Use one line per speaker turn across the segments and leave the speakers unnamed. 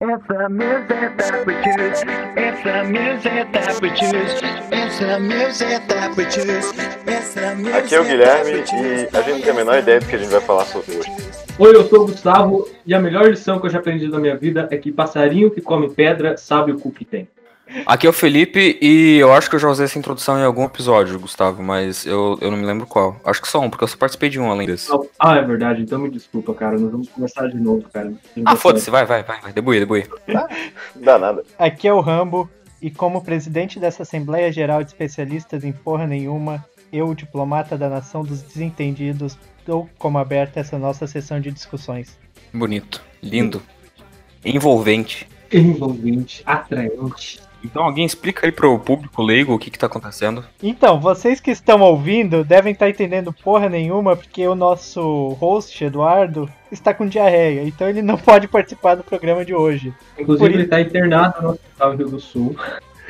It's the music that we choose. It's the music that we choose. It's the music that we choose. It's the music
Aqui é o
that we
Guilherme
choose.
e a gente não tem a menor ideia do que a gente vai falar sobre hoje.
Oi, eu sou o Gustavo e a melhor lição que eu já aprendi na minha vida é que passarinho que come pedra sabe o cu que tem.
Aqui é o Felipe e eu acho que eu já usei essa introdução em algum episódio, Gustavo, mas eu, eu não me lembro qual. Acho que só um, porque eu só participei de um além desse.
Ah, é verdade, então me desculpa, cara. Nós vamos começar de novo, cara.
Ah, foda-se, vai, vai, vai, vai. Debui, debui.
Dá nada.
Aqui é o Rambo, e como presidente dessa Assembleia Geral de Especialistas em Porra Nenhuma, eu, diplomata da nação dos desentendidos, dou como aberta essa nossa sessão de discussões.
Bonito, lindo, envolvente.
Envolvente, atraente.
Então alguém explica aí pro público leigo o que que tá acontecendo.
Então, vocês que estão ouvindo devem estar entendendo porra nenhuma, porque o nosso host, Eduardo, está com diarreia, então ele não pode participar do programa de hoje.
Inclusive,
Por-
ele tá internado no Hospital Rio do Sul.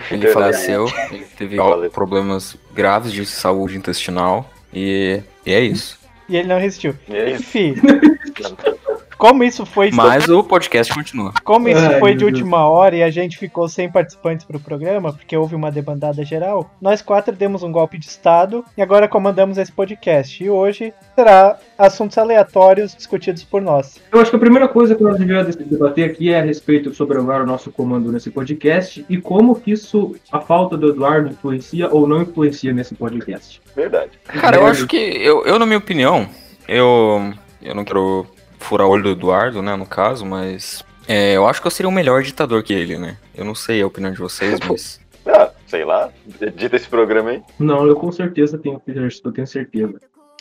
Ele
Verdade.
faleceu, ele teve
Valeu.
problemas graves de saúde intestinal e, e é isso.
E ele não resistiu.
E é isso.
Enfim, como isso foi
Mas o podcast continua.
Como isso
Ai,
foi
meu
de
Deus.
última hora e a gente ficou sem participantes pro programa, porque houve uma debandada geral, nós quatro demos um golpe de estado e agora comandamos esse podcast. E hoje será assuntos aleatórios discutidos por nós.
Eu acho que a primeira coisa que nós devíamos debater aqui é a respeito sobre agora o nosso comando nesse podcast e como que isso, a falta do Eduardo, influencia ou não influencia nesse podcast.
Verdade.
Cara, eu acho que. Eu, eu na minha opinião, eu. Eu não quero furar o olho do Eduardo, né, no caso, mas. é, eu acho que eu seria um melhor ditador que ele, né? Eu não sei a opinião de vocês, mas.
Ah, sei lá. Edita esse programa aí.
Não, eu com certeza tenho que ter isso, eu tenho certeza.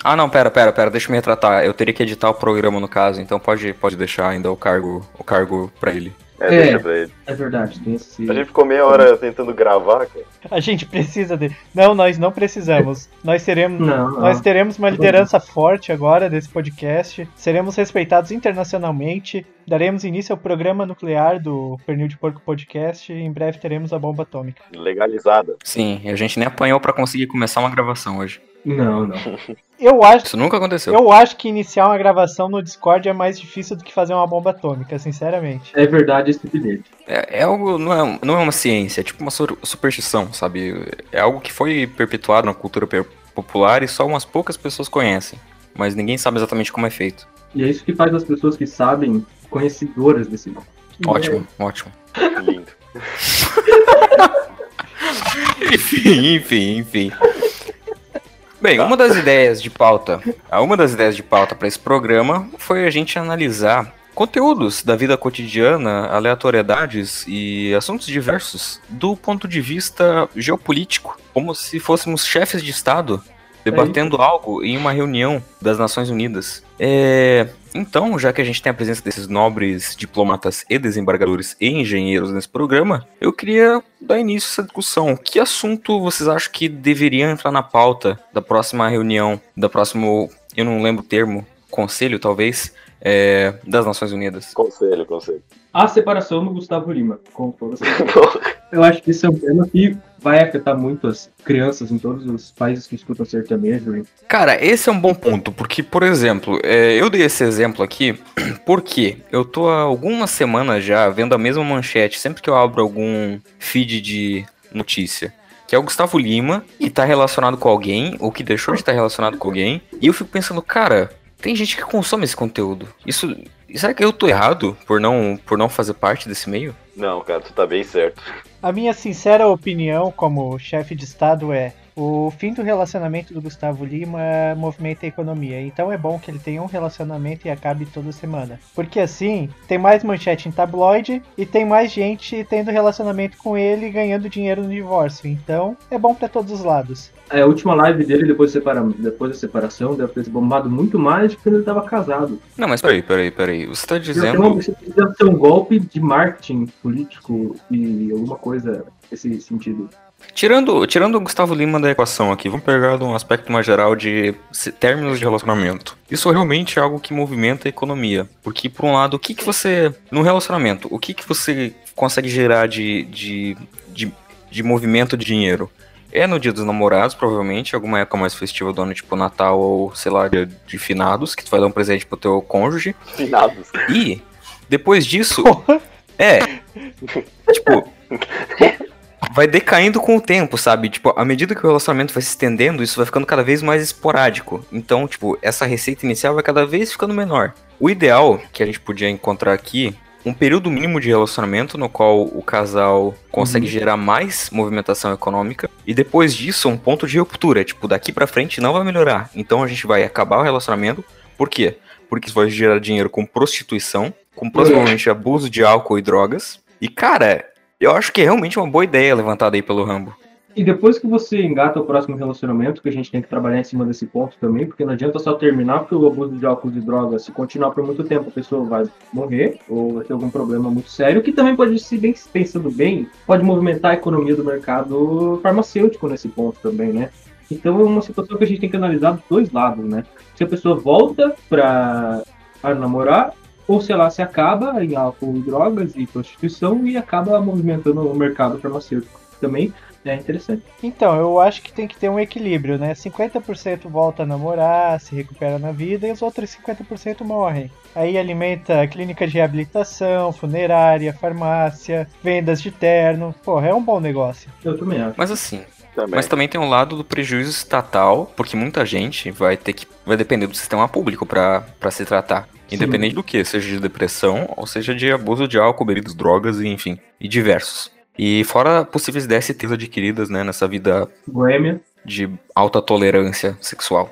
Ah, não, pera, pera, pera, deixa eu me retratar. Eu teria que editar o programa no caso, então pode, pode deixar ainda o cargo, o cargo pra ele.
É,
É.
deixa pra ele.
É verdade, tem esse...
A gente ficou meia hora tentando gravar, cara.
A gente precisa de. Não, nós não precisamos. Nós teremos.
Não, não.
Nós teremos uma liderança forte agora desse podcast, seremos respeitados internacionalmente, daremos início ao programa nuclear do Pernil de Porco Podcast e em breve teremos a bomba atômica.
Legalizada.
Sim, e a gente nem apanhou pra conseguir começar uma gravação hoje.
Não, não.
Eu acho
Isso nunca aconteceu.
Eu acho que iniciar uma gravação no Discord é mais difícil do que fazer uma bomba atômica, sinceramente.
É verdade esse bilhete.
É, é algo, não é, não é uma ciência, é tipo uma sur- superstição, sabe? É algo que foi perpetuado na cultura per- popular e só umas poucas pessoas conhecem. Mas ninguém sabe exatamente como é feito.
E é isso que faz as pessoas que sabem conhecedoras desse nome.
Ótimo, ótimo.
Lindo.
enfim, enfim, enfim. Bem, uma das ideias de pauta, ah, uma das ideias de pauta para esse programa foi a gente analisar conteúdos da vida cotidiana, aleatoriedades e assuntos diversos do ponto de vista geopolítico, como se fôssemos chefes de estado debatendo algo em uma reunião das Nações Unidas. É, então, já que a gente tem a presença desses nobres diplomatas e desembargadores e engenheiros nesse programa, eu queria dar início a essa discussão. Que assunto vocês acham que deveria entrar na pauta da próxima reunião, da próximo, eu não lembro o termo, conselho talvez, é, das Nações Unidas?
Conselho, conselho.
A separação do Gustavo Lima, com toda certeza.
Bom,
Eu acho que isso é um tema que vai afetar muito as crianças em todos os países que escutam sertanejo. hein?
Cara, esse é um bom ponto, porque, por exemplo, é, eu dei esse exemplo aqui porque eu tô há algumas semanas já vendo a mesma manchete sempre que eu abro algum feed de notícia. Que é o Gustavo Lima e tá relacionado com alguém, ou que deixou de estar relacionado com alguém. E eu fico pensando, cara, tem gente que consome esse conteúdo. Isso. Será que eu tô errado por não, por não fazer parte desse meio?
Não, cara, tu tá bem certo.
A minha sincera opinião como chefe de Estado é. O fim do relacionamento do Gustavo Lima movimenta a economia, então é bom que ele tenha um relacionamento e acabe toda semana. Porque assim, tem mais manchete em tabloide e tem mais gente tendo relacionamento com ele e ganhando dinheiro no divórcio, então é bom pra todos os lados.
É, A última live dele, depois, de separa- depois da separação, deve ter se bombado muito mais do que quando ele estava casado.
Não, mas peraí, peraí, peraí. Você tá
Deve
dizendo.
ter, uma, deve ter um golpe de marketing político e alguma coisa nesse sentido.
Tirando, tirando o Gustavo Lima da equação aqui, vamos pegar um aspecto mais geral de se- términos de relacionamento. Isso realmente é algo que movimenta a economia. Porque, por um lado, o que, que você. Num relacionamento, o que, que você consegue gerar de, de, de, de movimento de dinheiro? É no dia dos namorados, provavelmente, alguma época mais festiva do ano, tipo Natal ou, sei lá, dia de finados, que tu vai dar um presente pro teu cônjuge.
Finados.
E, depois disso, É. tipo. Vai decaindo com o tempo, sabe? Tipo, à medida que o relacionamento vai se estendendo, isso vai ficando cada vez mais esporádico. Então, tipo, essa receita inicial vai cada vez ficando menor. O ideal que a gente podia encontrar aqui, um período mínimo de relacionamento no qual o casal consegue gerar mais movimentação econômica e depois disso um ponto de ruptura, tipo, daqui pra frente não vai melhorar. Então a gente vai acabar o relacionamento. Por quê? Porque isso vai gerar dinheiro com prostituição, com provavelmente abuso de álcool e drogas. E cara, eu acho que é realmente uma boa ideia levantada aí pelo Rambo.
E depois que você engata o próximo relacionamento, que a gente tem que trabalhar em cima desse ponto também, porque não adianta só terminar, porque o abuso de álcool e drogas, se continuar por muito tempo, a pessoa vai morrer ou vai ter algum problema muito sério, que também pode, se bem pensando bem, pode movimentar a economia do mercado farmacêutico nesse ponto também, né? Então é uma situação que a gente tem que analisar dos dois lados, né? Se a pessoa volta para namorar, ou sei lá, se acaba em álcool, e drogas e prostituição e acaba movimentando o mercado farmacêutico também. É interessante.
Então, eu acho que tem que ter um equilíbrio, né? 50% volta a namorar, se recupera na vida e os outros 50% morrem. Aí alimenta a clínica de reabilitação, funerária, farmácia, vendas de terno. Porra, é um bom negócio.
Eu também acho.
Mas assim,
Também.
Mas também tem um lado do prejuízo estatal, porque muita gente vai ter que vai depender do sistema público pra pra se tratar, independente do que, seja de depressão ou seja de abuso de álcool, bebidas, drogas e enfim, e diversos. E fora possíveis DSTs adquiridas, né, nessa vida
Boêmia,
de alta tolerância sexual.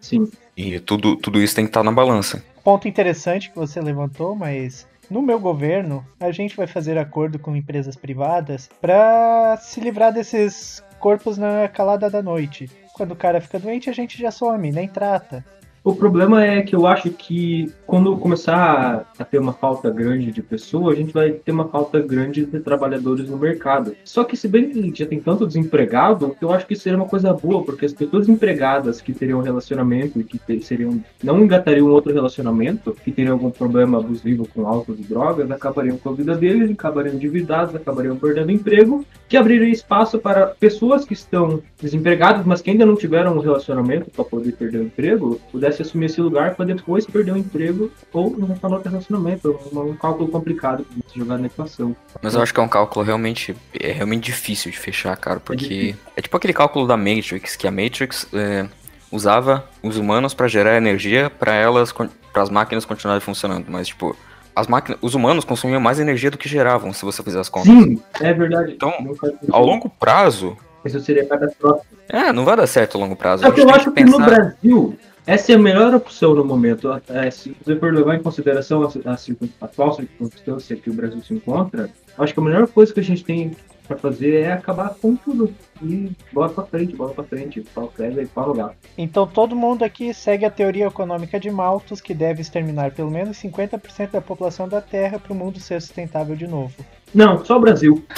sim.
E tudo tudo isso tem que estar na balança.
Ponto interessante que você levantou, mas no meu governo a gente vai fazer acordo com empresas privadas pra se livrar desses corpos na calada da noite. Quando o cara fica doente, a gente já some, nem trata.
O problema é que eu acho que quando começar a ter uma falta grande de pessoa, a gente vai ter uma falta grande de trabalhadores no mercado. Só que se bem que já tem tanto desempregado, eu acho que seria uma coisa boa, porque as pessoas empregadas que teriam relacionamento e que te- seriam não engatariam outro relacionamento, que teriam algum problema abusivo com álcool e drogas, acabariam com a vida deles, acabariam endividados, acabariam perdendo emprego que abriria espaço para pessoas que estão desempregadas, mas que ainda não tiveram um relacionamento para poder perder o emprego, pudesse assumir esse lugar para depois perder o emprego ou não para outro relacionamento. É um, um cálculo complicado de se jogar na equação.
Mas eu acho que é um cálculo realmente é realmente difícil de fechar, cara, porque é tipo aquele cálculo da Matrix, que a Matrix é, usava os humanos pra gerar energia pra elas para as máquinas continuarem funcionando, mas tipo, as máquinas, os humanos consumiam mais energia do que geravam, se você fizer as contas.
Sim, é verdade.
Então,
Não faz sentido.
Ao longo prazo,
Isso seria catastrófico.
é, não vai dar certo a longo prazo.
Só
A
É que
gente
eu
tem
acho que no Brasil, essa é a melhor opção no momento. É, se você for levar em consideração a, a, circun- a atual circunstância que o Brasil se encontra, eu acho que a melhor coisa que a gente tem para fazer é acabar com tudo. E bola pra frente, bola pra frente, pau pega e pau no gato.
Então todo mundo aqui segue a teoria econômica de Malthus, que deve exterminar pelo menos 50% da população da Terra para o mundo ser sustentável de novo.
Não, só o Brasil.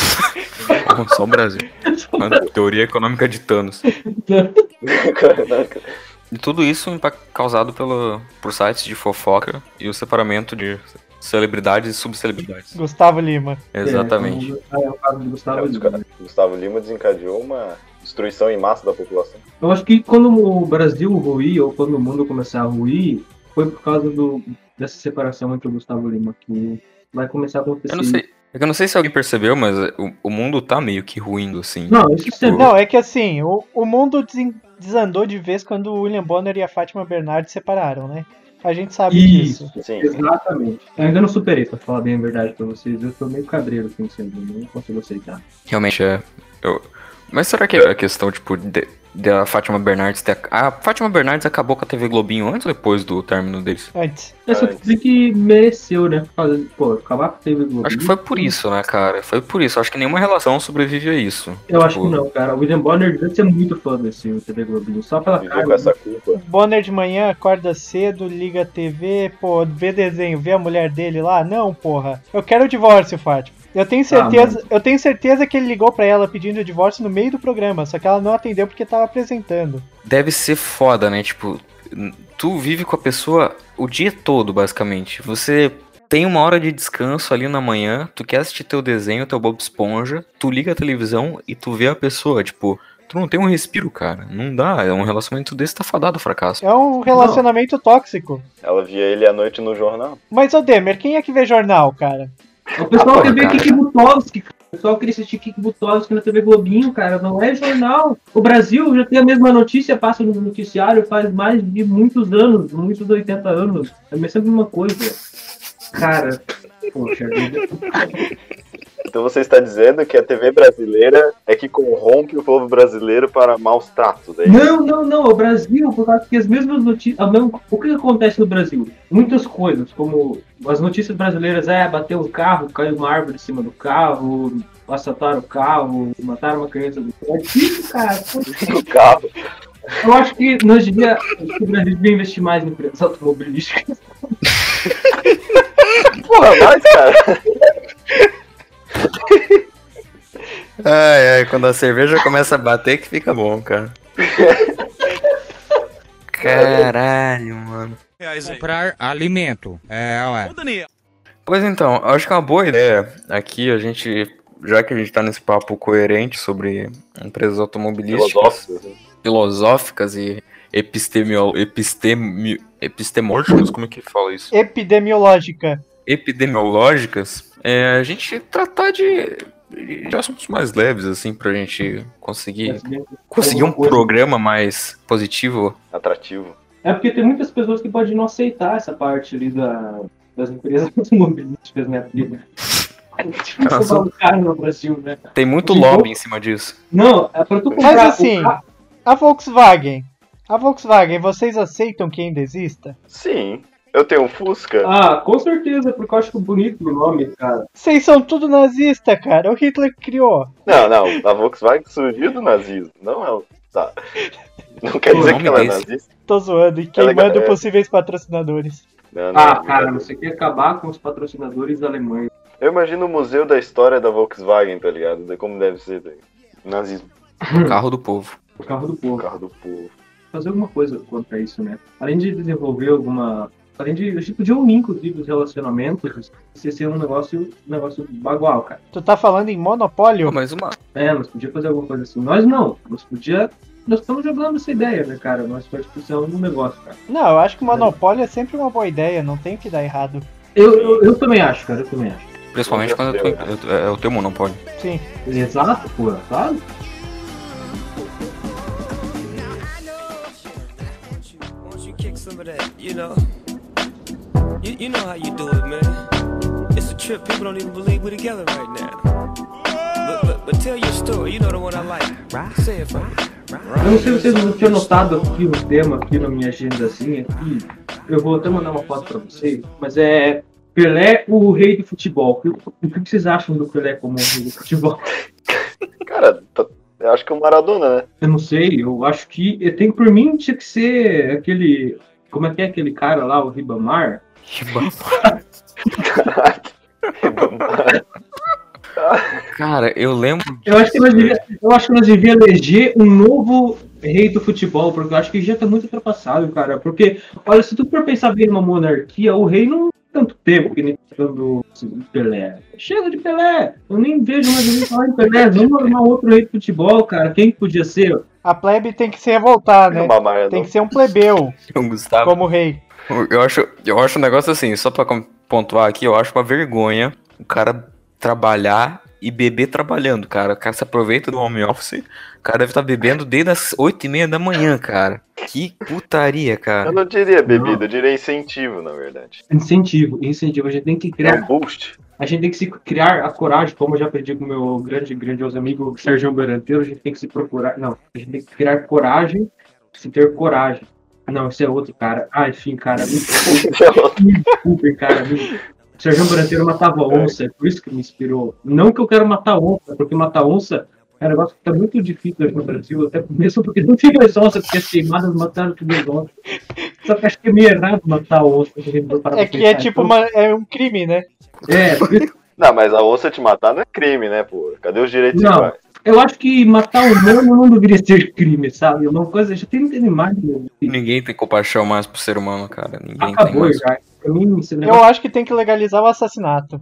Só o Brasil. A teoria econômica de Thanos. E tudo isso impact- causado pelo, por sites de fofoca e o separamento de celebridades e subcelebridades.
Gustavo Lima.
Exatamente.
É, é o caso do Gustavo Lima.
Gustavo Lima desencadeou uma destruição em massa da população.
Eu acho que quando o Brasil ruir, ou quando o mundo começar a ruir, foi por causa do, dessa separação entre o Gustavo Lima, que vai começar a acontecer.
Eu não sei. é que eu não sei se alguém percebeu, mas o, o mundo tá meio que ruindo, assim.
Não, isso
Tipo,
você
Não, é que assim, o, o mundo desen- desandou de vez quando o William Bonner e a Fátima Bernardes separaram, né? A gente sabe
Isso.
disso.
Sim,
Exatamente. Eu ainda não superei, pra falar bem a verdade pra vocês. Eu tô meio cabreiro pensando, não consigo aceitar.
Realmente é. eu- Mas será que é a questão, tipo, de- da Fátima Bernardes ter. A Fátima Bernardes acabou com a TV Globinho antes ou depois do término deles?
Antes.
É só
Antes.
dizer que mereceu, né? por causa de- Pô, acabar com a TV Globo.
Acho que foi por isso, né, cara? Foi por isso. Acho que nenhuma relação sobrevive a isso.
Eu acho
Tipo,
que não, cara. O William Bonner deve ser muito fã desse TV Globinho. Só pela
viveu
cara.
com essa culpa.
Bonner de manhã acorda cedo, liga a TV, pô, vê desenho, vê a mulher dele lá. Não, porra. Eu quero o divórcio, Fátima. Eu tenho certeza, eu tenho certeza que ele ligou pra ela pedindo o divórcio no meio do programa, só que ela não atendeu porque tava apresentando.
deve ser foda, né? Tipo, n- tu vive com a pessoa o dia todo, basicamente. Você tem uma hora de descanso ali na manhã, tu quer assistir teu desenho, teu Bob Esponja, tu liga a televisão e tu vê a pessoa, tipo, tu não tem um respiro, cara. Não dá, é um relacionamento desse tá fadado ao fracasso.
É um relacionamento tóxico.
Ela via ele à noite no jornal.
Mas ô Demer, quem é que vê jornal, cara?
né? O pessoal
Ah,
quer ver
cara.
Kiki Butowski, cara. O pessoal quer assistir Kiki Butowski na TV Globinho, cara. Não é jornal. O Brasil já tem a mesma notícia, passa no noticiário faz mais de muitos anos, muitos 80 anos. É sempre uma coisa. Cara, poxa vida.
Então você está dizendo que a TV brasileira é que corrompe o povo brasileiro para maus tratos, é isso?
Não, não, não. O Brasil, por causa que as mesmas notícias. a mesma- O que acontece no Brasil? Muitas coisas, como as notícias brasileiras, é, bateu um carro, caiu uma árvore em cima do carro, assaltaram o carro, mataram uma criança do É difícil, cara. Poxa.
O carro.
Eu acho que nós devia, acho que o Brasil devia investir mais em empresas automobilísticas.
Porra, mais, cara.
Ai, ai, quando a cerveja começa a bater que fica bom, cara. Caralho, mano.
reais É aí.
comprar alimento. É, ué.
Ô, Daniel.
Pois então, eu acho que é uma boa ideia aqui a gente, já que a gente tá nesse papo coerente sobre empresas automobilísticas,
Filosófico.
filosóficas e epistemio, epistemio, epistemológicas, como é que fala isso?
Epidemiológica.
epidemiológicas, é, a gente tratar de, de assuntos mais leves, assim, pra gente
É.
conseguir,
né?
conseguir um programa mais positivo.
Atrativo.
É porque tem muitas pessoas que podem não aceitar essa parte ali da, das empresas automobilísticas, né? Porque- Tipo,
Cara,
você
só-
fala, cara no Brasil, né?
Tem muito
Uhum.
lobby em cima disso.
Não, é pra tu comprar.
Mas assim,
o carro-
a Volkswagen. A Volkswagen, vocês aceitam que ainda exista?
Sim. Eu tenho um Fusca.
Ah, com certeza, porque eu acho bonito o nome, cara.
Vocês são tudo nazista, cara. O Hitler criou.
Não, não. A Volkswagen surgiu do nazismo. Não é o. tá. Não quer
O
dizer
nome
que ela é
desse.
nazista.
Tô zoando e
Ela-
queimando
é.
possíveis patrocinadores.
Não, não,
Ah,
não.
cara, você quer acabar com os patrocinadores alemães.
Eu imagino o museu da história da Volkswagen, tá ligado? De como deve ser. tá ligado? Nazismo.
O carro do povo.
O carro do
O
povo.
carro do povo.
fazer alguma coisa contra isso, né? Além de desenvolver alguma. Além de. A gente podia unir, inclusive, os relacionamentos. Isso ia ser um negócio, um negócio bagual, cara.
Tu tá falando em monopólio?
Pô, mas uma,
É, nós podia fazer alguma coisa assim. Nós não. Nós podia. Nós estamos jogando essa ideia, né, cara? Nós participamos do negócio, cara.
Não, eu acho que monopólio é sempre uma boa ideia, não tem que dar errado.
Eu, eu, eu também acho, cara. Eu também acho.
principalmente quando eu tô, eu, é o teu monopólio.
Sim.
Exato, pô, sabe?
Won't you kick some of that, you know? You, you know how you do it, man. It's a trip. People don't even believe we're together right now. But, but, but tell your story. You know the one I like. Say it for me.
Eu não sei se vocês não tinham notado aqui um tema aqui na minha agenda assim, aqui. Eu vou até mandar uma foto pra vocês, mas é Pelé, o rei do futebol. O o que vocês acham do Pelé como rei do futebol?
Cara, tá- eu acho que é o Maradona, né?
Eu não sei, eu acho que eu tenho por mim tinha que ser aquele, como é que é aquele cara lá, o Ribamar?
Cara, eu lembro.
Eu acho que nós
disso,
devia, eu acho que nós devia eleger um novo rei do futebol, porque eu acho que já tá muito ultrapassado, cara. Porque, olha, se tu for pensar bem numa monarquia, o rei não tem tanto tempo que nem tá dando assim, Pelé. Chega de Pelé! Eu nem vejo mais ninguém falar em Pelé. Vamos arrumar outro rei do futebol, cara. Quem que podia ser?
A plebe tem que se revoltar, né?
Uma maré,
Tem
não. Ah,
que ser um plebeu
velho. Gustavo.
como rei.
Eu acho, eu acho um negócio assim, só pra com- pontuar aqui, eu acho uma vergonha o cara trabalhar e beber trabalhando, cara. O cara se aproveita do home office, o cara deve estar bebendo desde as 8 e meia da manhã, cara. Que putaria,
Eu
cara.
não diria bebida, eu diria incentivo, na verdade.
Incentivo, incentivo. A gente tem que
É
criar
um boost.
A gente tem que se criar a coragem, como eu já aprendi com meu grande, grandioso amigo Sérgio Beranteiro, a gente tem que se procurar. Não, a gente tem que criar coragem, se ter coragem. Não, esse é outro cara. Ah, enfim, cara, me desculpem, cara. Me... Sérgio Beranteiro matava onça, é por isso que me inspirou. Não que eu quero matar onça, porque matar onça é um negócio que tá muito difícil aqui no Brasil, até mesmo porque não tem mais onça, porque as queimadas mataram tudo as onças. Só que acho que é meio errado matar onça. se a gente for parar
É
pra
que é
pensar.
tipo
Então,
uma, é um crime, né?
É,
Não, mas a onça te matar não é crime, né, pô? Cadê os direitos
Não.
iguais?
Eu acho que matar um humano não deveria ser crime, sabe? Uma coisa, já tem animais. né?
Ninguém tem compaixão mais pro ser humano, cara. Ninguém tem
Acabou
mais.
já. Pra mim, esse negócio-
Eu acho que tem que legalizar o assassinato.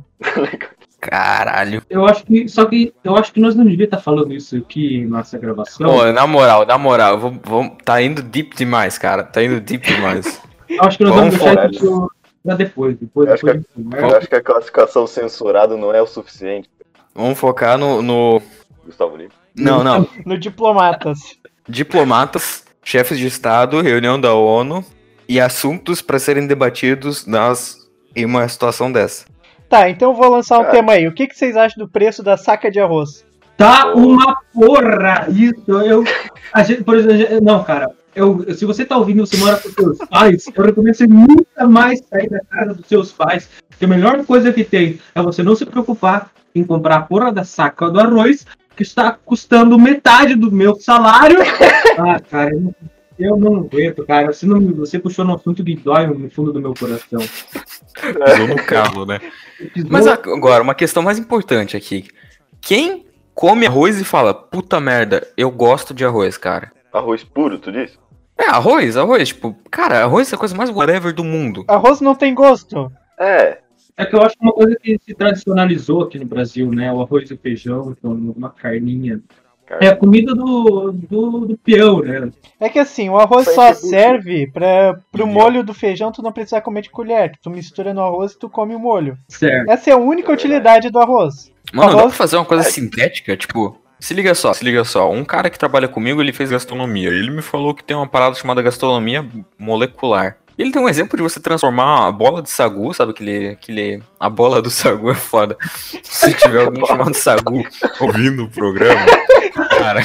Caralho.
eu... acho que. Só que eu acho que nós não devíamos estar falando isso aqui em nossa gravação.
Ô, na moral, na moral, vou, vou- tá indo deep demais, cara. Tá indo deep demais.
eu acho que nós
vamos
vamos deixar
falar
isso. Pra depois, depois,
Eu acho
depois de
Eu
filmar.
acho que a classificação censurada não é o suficiente,
Vamos focar no. no...
Gustavo Lima.
Não, não.
No Diplomatas.
Diplomatas, chefes de Estado, reunião da ONU e assuntos para serem debatidos nas... em uma situação dessa.
Tá, então eu vou lançar um
Cara.
tema aí. O que, que vocês acham do preço da saca de arroz?
Tá uma porra! Isso, eu. A gente, por exemplo, a gente- não, cara. Eu, se você tá ouvindo, você mora com seus pais, eu recomendo você nunca mais sair da casa dos seus pais. Porque a melhor coisa que tem é você não se preocupar em comprar a porra da saca do arroz, que está custando metade do meu salário. Ah, cara, eu não, eu não aguento, cara. Você, não, você puxou no assunto que dói no fundo do meu coração.
Pisou no calo, né? Mas
a...
agora, uma questão mais importante aqui. Quem come arroz e fala, puta merda, eu gosto de arroz, cara?
Arroz puro, tu disse?
É, arroz, arroz, tipo, cara, arroz é a coisa mais whatever do mundo.
Arroz não tem gosto.
É,
É que eu acho uma coisa que se tradicionalizou aqui no Brasil, né? O arroz e o feijão, então, uma carninha.
cara.
É a comida do, do, do peão, né?
É que assim, o arroz
Faz
só
sentido.
serve pra, pro molho do feijão tu não precisar comer de colher. que Tu mistura no arroz e tu come o molho.
Certo.
Essa é a única utilidade do arroz.
Mano, dá
Arroz-
pra fazer uma coisa sintética, tipo. Se liga só, se liga só. Um cara que trabalha comigo, ele fez gastronomia. Ele me falou que tem uma parada chamada gastronomia molecular. Ele tem um exemplo de você transformar a bola de sagu, sabe aquele, aquele... A bola do sagu é foda. Se tiver alguém chamado sagu ouvindo o programa, cara,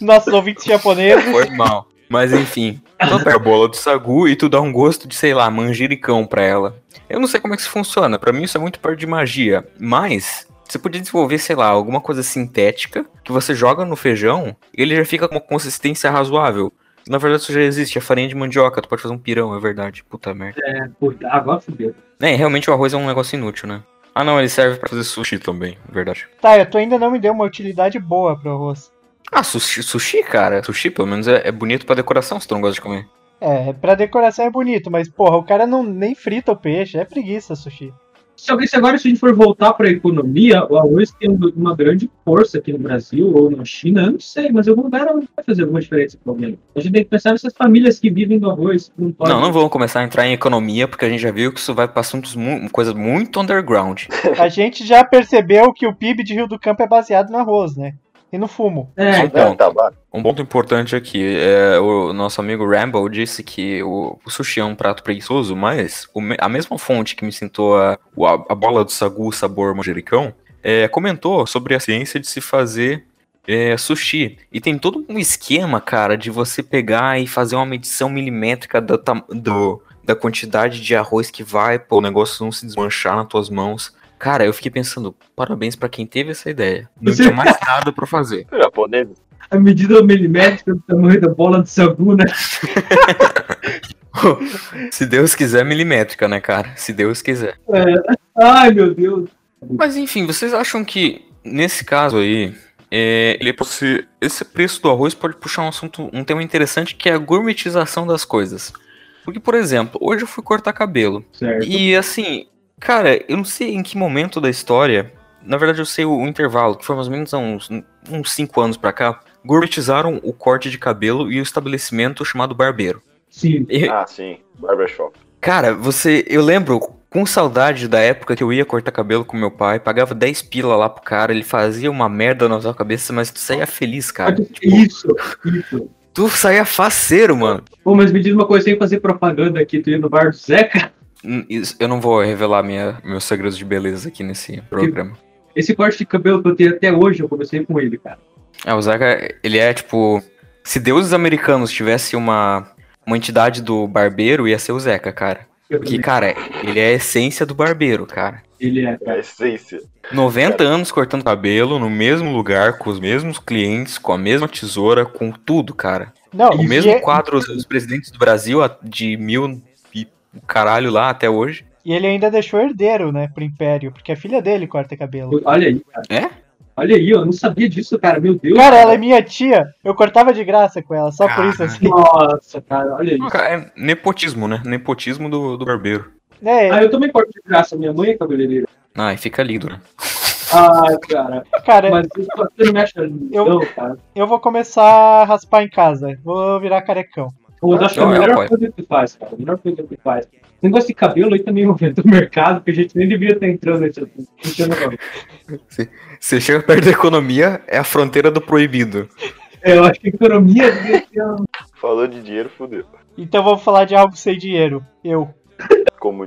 Nossos ouvintes japoneses.
foi mal. Mas enfim, tu pega a bola do sagu e tu dá um gosto de, sei lá, manjericão pra ela. Eu não sei como é que isso funciona, pra mim isso é muito perto de magia. Mas você podia desenvolver, sei lá, alguma coisa sintética que você joga no feijão e ele já fica com uma consistência razoável. Na verdade isso já existe, é farinha de mandioca, tu pode fazer um pirão, é verdade, puta merda.
Pô, Agora fudeu.
É, realmente o arroz é um negócio inútil, né? Ah não, ele serve pra fazer sushi também, é verdade.
Tá, eu tu ainda não me deu uma utilidade boa pro arroz.
Ah, sushi, sushi, cara. Sushi, pelo menos, é, é bonito pra decoração se tu não gosta de comer.
É, pra decoração é bonito, mas porra, o cara não nem frita o peixe, é preguiça, sushi.
Só que se agora, se a gente for voltar para a economia, o arroz tem um- uma grande força aqui no Brasil ou na China, eu não sei, mas em algum lugar ela vai fazer alguma diferença para alguém. A gente tem que pensar nessas famílias que vivem do arroz. que Não, podem-
Não, não vamos começar a entrar em economia, porque a gente já viu que isso vai pra assuntos, mu coisas muito underground.
A gente já percebeu que o PIB de Rio do Campo é baseado no arroz, né? E no fumo.
É,
Não,
Então,
tabaco.
um ponto importante aqui, é, o nosso amigo Rambo disse que o, o sushi é um prato preguiçoso, mas o me- a mesma fonte que me sentou a, o- a, a bola do sagu sabor manjericão, é, comentou sobre a ciência de se fazer é, sushi. E tem todo um esquema, cara, de você pegar e fazer uma medição milimétrica da, tam- do, da quantidade de arroz que vai, pô, o negócio não se desmanchar nas tuas mãos. Cara, eu fiquei pensando, parabéns pra quem teve essa ideia. Não
Você-
tinha mais nada pra fazer.
Japonês.
a medida milimétrica do tamanho da bola de sagu, né?
Se Deus quiser, milimétrica, né, cara? Se Deus quiser.
Ai, meu Deus.
Mas enfim, vocês acham que nesse caso aí, é, ele pode ser- esse preço do arroz pode puxar um assunto, um tema interessante que é a gourmetização das coisas. Porque, por exemplo, hoje eu fui cortar cabelo.
Certo.
E assim, cara, eu não sei em que momento da história. Na verdade, eu sei o, o intervalo, que foi mais ou menos há uns 5 anos pra cá. Gourmetizaram o corte de cabelo e o estabelecimento chamado barbeiro.
Sim.
E-
Ah, sim. Barbershop.
Cara, você. Eu lembro com saudade da época que eu ia cortar cabelo com meu pai, pagava 10 pila lá pro cara, ele fazia uma merda na sua cabeça, mas tu saía feliz, cara. Tipo,
Isso, isso.
Tu saía faceiro, mano.
Pô, mas me diz uma coisa, sem fazer propaganda aqui, tu ia no bar do Zeca,
Hum, isso- Eu não vou revelar minha, meus segredos de beleza aqui nesse programa.
esse corte de cabelo que eu tenho até hoje, eu comecei com ele, cara.
É, o Zaga, ele é tipo. Se deuses americanos tivesse uma, uma entidade do barbeiro, ia ser o Zeca, cara.
Eu
Porque,
também.
cara, ele é a essência do barbeiro, cara.
Ele é,
É a
cara.
essência.
90
É.
anos cortando cabelo no mesmo lugar, com os mesmos clientes, com a mesma tesoura, com tudo, cara.
Não,
O
e
mesmo
é-
quadro dos presidentes do Brasil a- de mil e o caralho lá até hoje.
E ele ainda deixou herdeiro, né, pro Império, porque a filha dele corta cabelo.
Olha aí, cara.
É?
Olha aí, eu não sabia disso, cara. Meu Deus.
Cara, ela é minha tia. Eu cortava de graça com ela, só por isso assim.
Nossa, cara, olha aí.
É nepotismo, né? Nepotismo do, do barbeiro.
É,
Ah, eu também corto de graça, minha mãe é cabeleireira.
Ah, e fica lindo, né?
Ah, cara.
cara,
Mas isso você não mexe ali,
Eu-
não, cara.
eu vou começar a raspar em casa. Vou virar carecão.
Eu acho que é a
Eu- eu
melhor
apoio.
coisa que tu faz, cara. A melhor coisa que tu faz. Negócio de cabelo aí também é um evento do mercado, porque a gente nem devia estar entrando nesse assunto. Deixa eu não.
Você chega perto da economia, é a fronteira do proibido.
É, eu acho que economia devia ser um-
Falou de dinheiro, fudeu.
Então vamos falar de algo sem dinheiro. Eu.
Como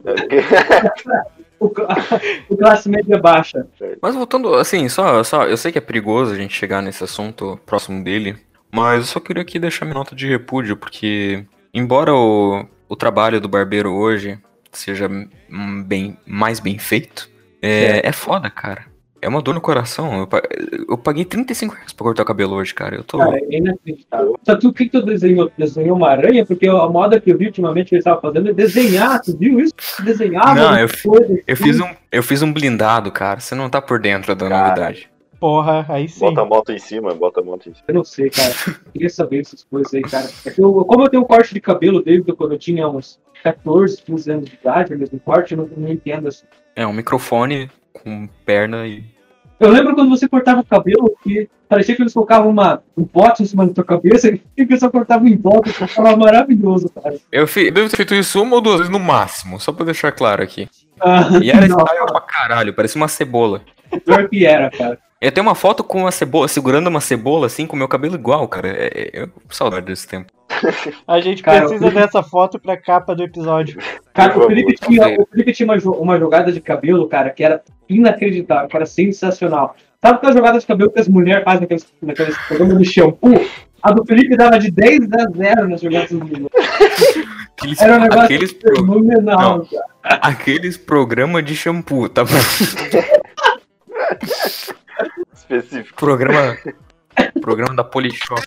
o, cla- o classe média é baixa.
Mas voltando, assim, só, só. Eu sei que é perigoso a gente chegar nesse assunto próximo dele, mas eu só queria aqui deixar minha nota de repúdio, porque, embora o, o trabalho do barbeiro hoje seja hum, bem, mais bem feito, é, é foda, cara. É uma dor no coração. Eu, pa- eu paguei 35 reais pra cortar o cabelo hoje, cara. Eu tô.
Cara, é inacreditável. Só que o que que tu desenhou? Desenhou uma aranha? Porque a moda que eu vi ultimamente que eles estavam fazendo é desenhar, tu viu isso? Desenhava
Não,
umas
eu fi-
coisas
Eu
assim.
fiz um, eu fiz um blindado, cara. Você não tá por dentro da
Cara.
novidade.
Porra, aí sim.
Bota a moto em cima, bota a moto em cima.
Eu não sei, cara. Queria saber essas coisas aí, cara. É que Eu, como eu tenho um corte de cabelo desde quando eu tinha uns 14, 15 anos de idade, o mesmo um corte, eu não, não entendo assim.
É um microfone com perna e.
Eu lembro quando você cortava o cabelo, que parecia que eles colocavam uma, um pote em cima da tua cabeça e o pessoal cortava em volta. Eu achava maravilhoso, cara.
Eu, fi- eu devo ter feito isso uma ou duas vezes no máximo, só pra deixar claro aqui.
Ah,
E era
não,
style pra caralho, parecia uma cebola.
pior que era, cara.
Eu tenho uma foto com uma cebola, segurando uma cebola assim, com meu cabelo igual, cara. É, é- eu saudade desse tempo.
A gente
Cara,
precisa
eu-
dessa foto pra capa do episódio.
Cara,
Por
o
favor,
Felipe tinha, o Felipe tinha uma, jo- uma jogada de cabelo, cara, que era inacreditável, que era sensacional. Sabe aquela jogada de cabelo que as mulheres fazem naqueles, naqueles programas de shampoo? A do Felipe dava de 10 a 0 nas jogadas do Lula.
Aqueles,
Era um negócio
aqueles, pro-
fenomenal,
Não.
cara.
aqueles programa de shampoo, tá bom?
Específico.
programa. Programa da Polishop.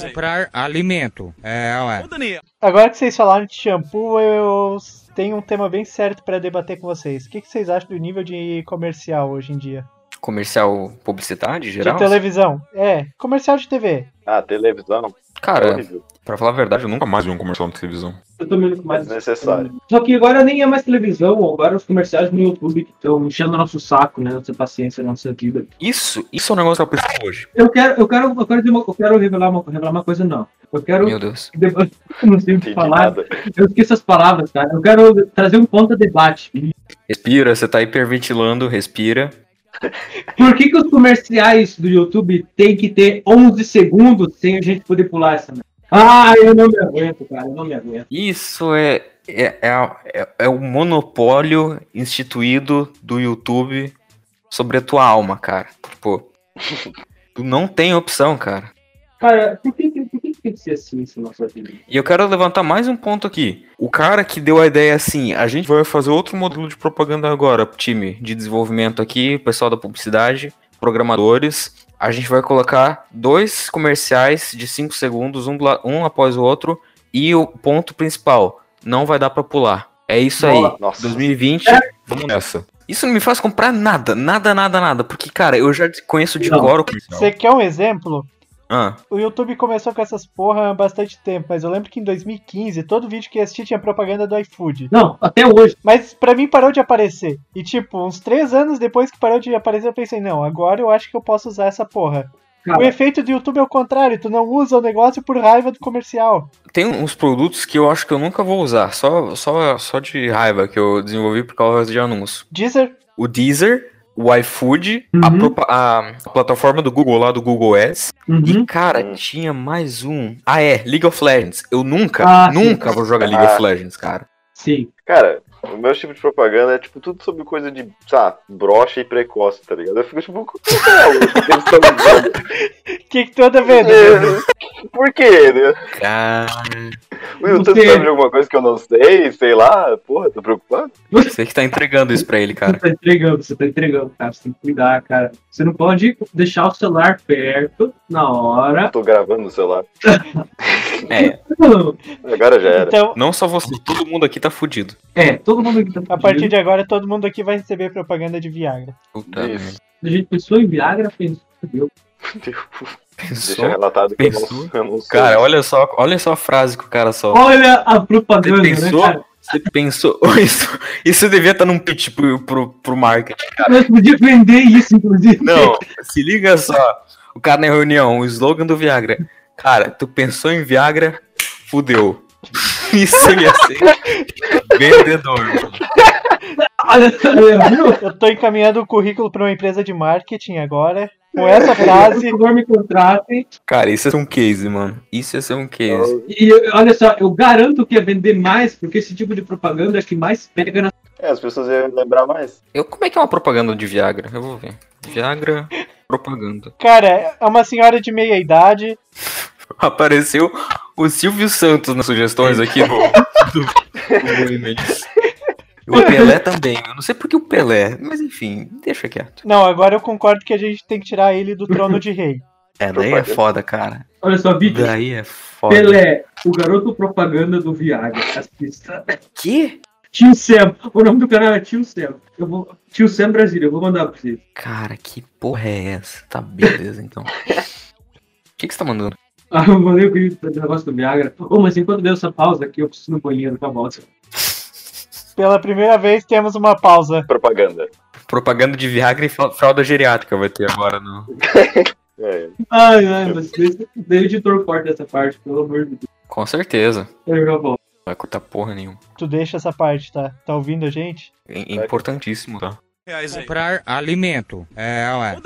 Comprar alimento. É, ué.
Agora que vocês falaram de shampoo, eu tenho um tema bem certo pra debater com vocês. O que, que vocês acham do nível de comercial hoje em dia?
Comercial publicidade geral?
De televisão. É, comercial de TV.
Ah, televisão.
Cara,
horrível.
pra falar a verdade, eu
Nunca
nunca.
mais vi um comercial na televisão.
Eu tô meio que mais.
Desnecessário.
Só que agora nem é mais televisão, agora os comerciais no YouTube que estão enchendo o nosso saco, né? Nossa paciência, nossa vida.
Isso, isso é um negócio que eu preciso hoje.
Eu quero, eu quero, eu quero, dizer uma- eu quero revelar, uma, revelar uma coisa, não. Eu quero.
Meu Deus.
Eu não sei o que
Entendi
falar.
nada.
Eu esqueço as palavras, cara. Eu quero trazer um ponto a debate.
Respira, você tá hiperventilando, respira.
Por que, que os comerciais do YouTube tem que ter 11 segundos sem a gente poder pular essa merda? Ah, eu não me aguento, cara. Eu não me aguento.
Isso é, é, é, a- é, é o monopólio instituído do YouTube sobre a tua alma, cara. Tipo, tu não tem opção, cara.
Cara, por que, que- por que que tem que ser assim essa nossa vida?
E eu quero levantar mais um ponto aqui. O cara que deu a ideia assim, a gente vai fazer outro modelo de propaganda agora, time de desenvolvimento aqui, pessoal da publicidade, programadores. A gente vai colocar dois comerciais de 5 segundos, um, do la- um após o outro, e o ponto principal, não vai dar pra pular. É isso aí.
Nossa.
2020.
É.
Vamos nessa.
Isso não me faz comprar nada, nada, nada, nada. Porque, cara, eu já conheço de
Não.
cor o comercial.
Você quer um exemplo?
Ah,
O YouTube começou com essas porra há bastante tempo, mas eu lembro que em 2015 todo vídeo que eu assisti tinha propaganda do iFood.
Não, até hoje.
Mas pra mim parou de aparecer. E tipo, uns três anos depois que parou de aparecer, eu pensei, não, agora eu acho que eu posso usar essa porra.
Cara.
O efeito do YouTube é o contrário, tu não usa o negócio por raiva do comercial.
tem uns produtos que eu acho que eu nunca vou usar. Só, só, só de raiva que eu desenvolvi por causa de anúncio.
Deezer,
O Deezer, o iFood, a
Uhum.
propa- a, a plataforma do Google lá, do Google Ads. E, cara,
Uhum.
tinha mais um. Ah, é, League of Legends. Eu nunca,
Ah, sim.
nunca vou jogar League
Ah.
of Legends, cara.
Sim.
Cara, o meu tipo de propaganda é tipo tudo sobre coisa de, sabe, brocha e precoce, tá ligado? Eu fico tipo, o que é isso que eles tão usando?
o que, que tu anda vendo?
É, Por quê? né?
Cara,
O YouTube
Você-
sabe de alguma coisa que eu não sei, sei lá, porra, tô preocupado.
você que tá entregando isso pra ele,
Você
cara.
tá entregando, você tá entregando, cara. Você tem que cuidar, cara. Você não pode deixar o celular perto na hora.
Tô gravando no celular.
É,
Não.
Agora já era.
Então,
não só você, todo mundo aqui tá fudido.
É, todo mundo que tá
a partir de agora, todo mundo aqui vai receber propaganda de Viagra.
Puta, merda.
Isso.
A gente pensou em Viagra, pensou, entendeu?
Deixa
pensou?
relatado que eu não,
Pensou?
eu não sei.
Cara, olha só, olha só a frase que o cara só.
Olha a propaganda,
Você pensou?
né, cara?
Você pensou. Isso, isso devia estar num pitch pro, pro, pro marketing.
Nós podíamos vender isso, inclusive.
Não, se liga só. O cara na reunião, o slogan do Viagra. Cara, tu pensou em Viagra, fudeu. Isso ia ser vendedor, mano.
Olha, viu?
Eu tô encaminhando o currículo pra uma empresa de marketing agora. Com essa frase,
Por favor, me contratem.
Cara, isso é um case, mano. Isso ia ser um
Então,
case.
E eu- olha só, eu garanto que ia vender mais, porque esse tipo de propaganda é que mais pega na.
É, as pessoas iam lembrar mais.
Eu, como é que é uma propaganda de Viagra? Eu vou ver. Viagra, propaganda.
cara, é uma senhora de meia idade.
Apareceu o Silvio Santos nas sugestões aqui do, do, do Images. E O Pelé também. Eu não sei por que o Pelé, mas enfim, deixa quieto.
Não, agora eu concordo que a gente tem que tirar ele do trono de rei.
É, daí é foda, cara.
Olha só, vídeo.
Daí é foda.
Pelé, o garoto propaganda do Viagra. Assista.
Que?
Tio Sam. O nome do canal é Tio Sam. Eu vou... Tio Sam Brasília, eu vou mandar pra vocês.
Cara, que porra é essa? Tá beleza, então. O que, que você tá mandando?
Ah, eu mandei o clipe do negócio do Viagra. Ô, mas enquanto deu essa pausa aqui, eu preciso ir no banheiro tá com a volta.
Pela primeira vez temos uma pausa.
Propaganda.
Propaganda de Viagra e fra- fralda geriátrica vai ter agora né? no,
É.
Ai, ai, mas deixa deixa o editor corta essa parte, pelo amor de Deus.
Com certeza.
Eu já volto.
Vai cortar porra nenhuma.
Tu deixa essa parte, tá? Tá ouvindo a gente?
É importantíssimo, tá?
Comprar alimento. É, ué.